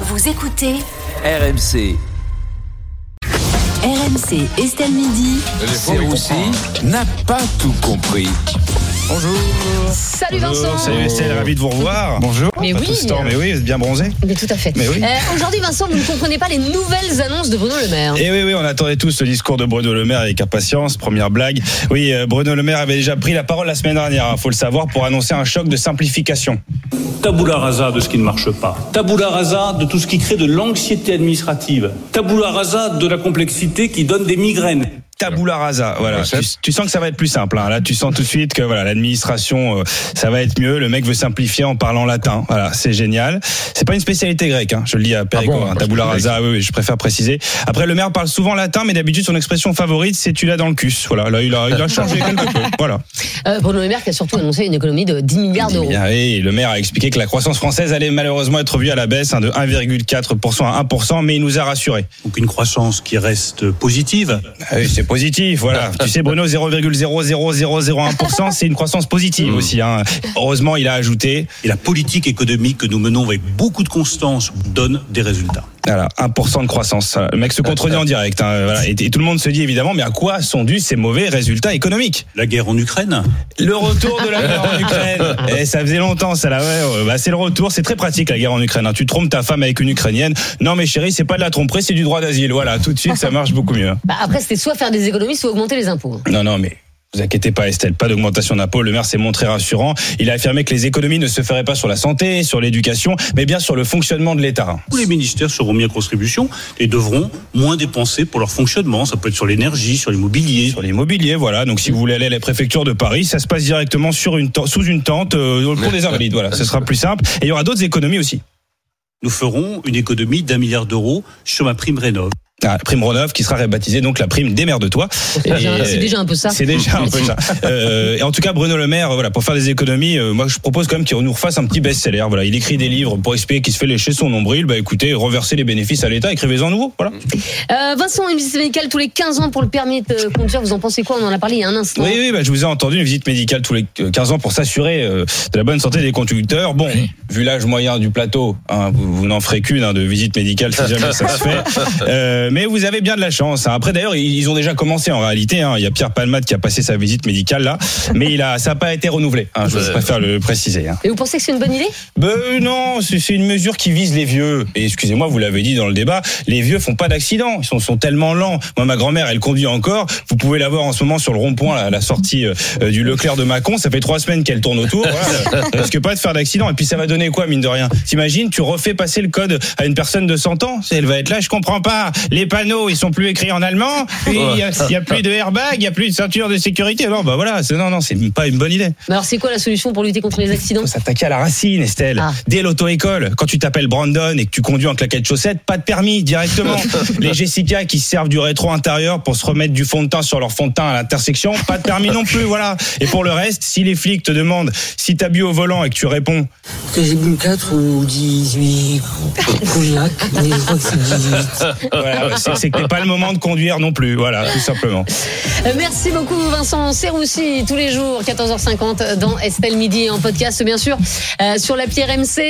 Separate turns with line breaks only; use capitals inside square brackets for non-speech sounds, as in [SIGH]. Vous écoutez
RMC.
RMC Estelle Midi.
C'est aussi n'a pas tout compris. Bonjour.
Euh,
Salut Vincent
Salut Estelle, ravi de vous revoir. Bonjour.
Mais
Pas
oui.
tout ce temps, mais oui, vous êtes bien bronzé.
Mais tout à fait.
Mais oui.
Euh, Aujourd'hui Vincent, vous ne comprenez pas les nouvelles annonces de Bruno Le Maire.
Et Eh oui, oui, on attendait tous le discours de Bruno Le Maire avec impatience. Première blague. Oui, euh, Bruno Le Maire avait déjà pris la parole la semaine dernière, hein, faut le savoir, pour annoncer un choc de simplification.
Taboula rasa de ce qui ne marche pas. Taboula rasa de tout ce qui crée de l'anxiété administrative. Taboula rasa de la complexité qui donne des migraines.
Taboula rasa, voilà. Tu, tu sens que ça va être plus simple. hein. Là, tu sens tout de suite que voilà, l'administration, euh, ça va être mieux. Le mec veut simplifier en parlant latin. Voilà, c'est génial. C'est pas une spécialité grecque, hein, je le dis à Perico. hein. Tabula rasa, oui, oui, je préfère préciser. Après, le maire parle souvent latin, mais d'habitude son expression favorite, c'est tu l'as dans le cul. Voilà, là, il a, il a changé [LAUGHS] quelque peu. Voilà.
Euh, Bruno Le Maire qui a surtout annoncé une économie de 10 milliards d'euros.
Eh Bien, oui, le maire a expliqué que la croissance française allait malheureusement être revue à la baisse hein, de 1,4% à 1%, mais il nous a rassurés.
Donc une croissance qui reste positive.
Ah oui, c'est positif, voilà. [LAUGHS] tu sais, Bruno, 0,00001%, c'est une croissance positive aussi. hein. Heureusement, il a ajouté
Et la politique économique que nous menons avec beaucoup de constance donne des résultats.
voilà, 1% de croissance. Voilà, Le mec se contredit en direct. hein, voilà. et, et tout le monde se dit évidemment, mais à quoi sont dus ces mauvais résultats économiques
La guerre en Ukraine,
Le retour de la guerre en Ukraine. [LAUGHS] Eh, ça faisait longtemps, ça là. Ouais, ouais, bah, c'est le retour. C'est très pratique la guerre en Ukraine. hein. Tu trompes ta femme avec une Ukrainienne. Non, mais chérie, c'est pas de la tromperie, c'est du droit d'asile. Voilà, tout de suite, ça marche beaucoup mieux.
Bah, après c'était soit faire des économies, soit augmenter les impôts.
Non, non, mais. Vous inquiétez pas, Estelle, pas d'augmentation d'impôts. Le maire s'est montré rassurant. Il a affirmé que les économies ne se feraient pas sur la santé, sur l'éducation, mais bien sur le fonctionnement de l'État.
tous les ministères seront mis à contribution et devront moins dépenser pour leur fonctionnement. Ça peut être sur l'énergie, sur l'immobilier.
Sur l'immobilier, voilà. Donc, si vous voulez aller à la préfecture de Paris, ça se passe directement sur une ten- sous une tente euh, au pont des Invalides. Voilà, ce sera plus simple. Et il y aura d'autres économies aussi.
Nous ferons une économie d'un milliard d'euros sur ma prime rénov.
La Ah, prime Renov qui sera rebaptisée donc la prime des mères de toi.
C'est déjà- c'est déjà un peu ça.
C'est déjà un peu ça. Euh, et en tout cas, Bruno Le Maire, voilà, pour faire des économies, euh, moi je propose quand même qu'il nous refasse un petit best-seller. Voilà, il écrit des livres pour expliquer qu'il se fait lécher son nombril. Bah écoutez, reversez les bénéfices à l'État, écrivez-en nouveau. Voilà.
Euh, Vincent, une visite médicale tous les 15 ans pour le permis de conduire. Vous en pensez quoi On en a parlé il y a un instant.
Oui, oui, bah, je vous ai entendu une visite médicale tous les 15 ans pour s'assurer euh, de la bonne santé des conducteurs. Bon, vu l'âge moyen du plateau, hein, vous, vous n'en ferez qu'une hein, de visite médicale si jamais ça se fait. Euh, mais vous avez bien de la chance. hein. Après, d'ailleurs, ils, ils ont déjà commencé en réalité. hein. Il y a Pierre Palmade qui a passé sa visite médicale là, mais il a, ça n'a pas été renouvelé. hein, je préfère le préciser. hein.
Et vous pensez que c'est une bonne idée
Ben non, c'est c'est une mesure qui vise les vieux. Et excusez-moi, vous l'avez dit dans le débat, les vieux font pas d'accident. Ils sont, sont tellement lents. Moi, ma grand-mère, elle conduit encore. Vous pouvez la voir en ce moment sur le rond-point, à la sortie euh, euh, du Leclerc de Mâcon. Ça fait trois semaines qu'elle tourne autour. Voilà. Elle risque pas de faire d'accident. Et puis ça va donner quoi, mine de rien T'imagines, tu refais passer le code à une personne de 100 ans. Elle va être là, je comprends pas. Les panneaux, ils sont plus écrits en allemand. Et Il y, a- il y a plus de airbag, il y a plus de ceinture de sécurité. Alors, bah voilà, c'est- non, non, c'est pas une bonne idée
Mais alors c'est quoi la solution pour lutter contre les accidents
faut s'attaquer à la racine, Estelle.
Ah.
Dès l'auto-école, quand tu t'appelles Brandon et que tu conduis en claquette chaussettes, pas de permis directement. Les Jessica qui se servent du rétro intérieur pour se remettre du fond de teint sur leur fond de teint à l'intersection, pas de permis non plus, voilà. Et pour le reste, si les flics te demandent si t'as bu au volant et que tu réponds,
que j'ai bu le 4 ou 18 cognac, mais je crois que c'est 18.
voilà, c'est c'est que t'es pas le moment de conduire non plus, voilà, tout simplement.
Euh, Merci beaucoup Vincent. C'est Roussi tous les jours 14h50 dans Estelle Midi en podcast bien sûr euh, sur l'appli RMC.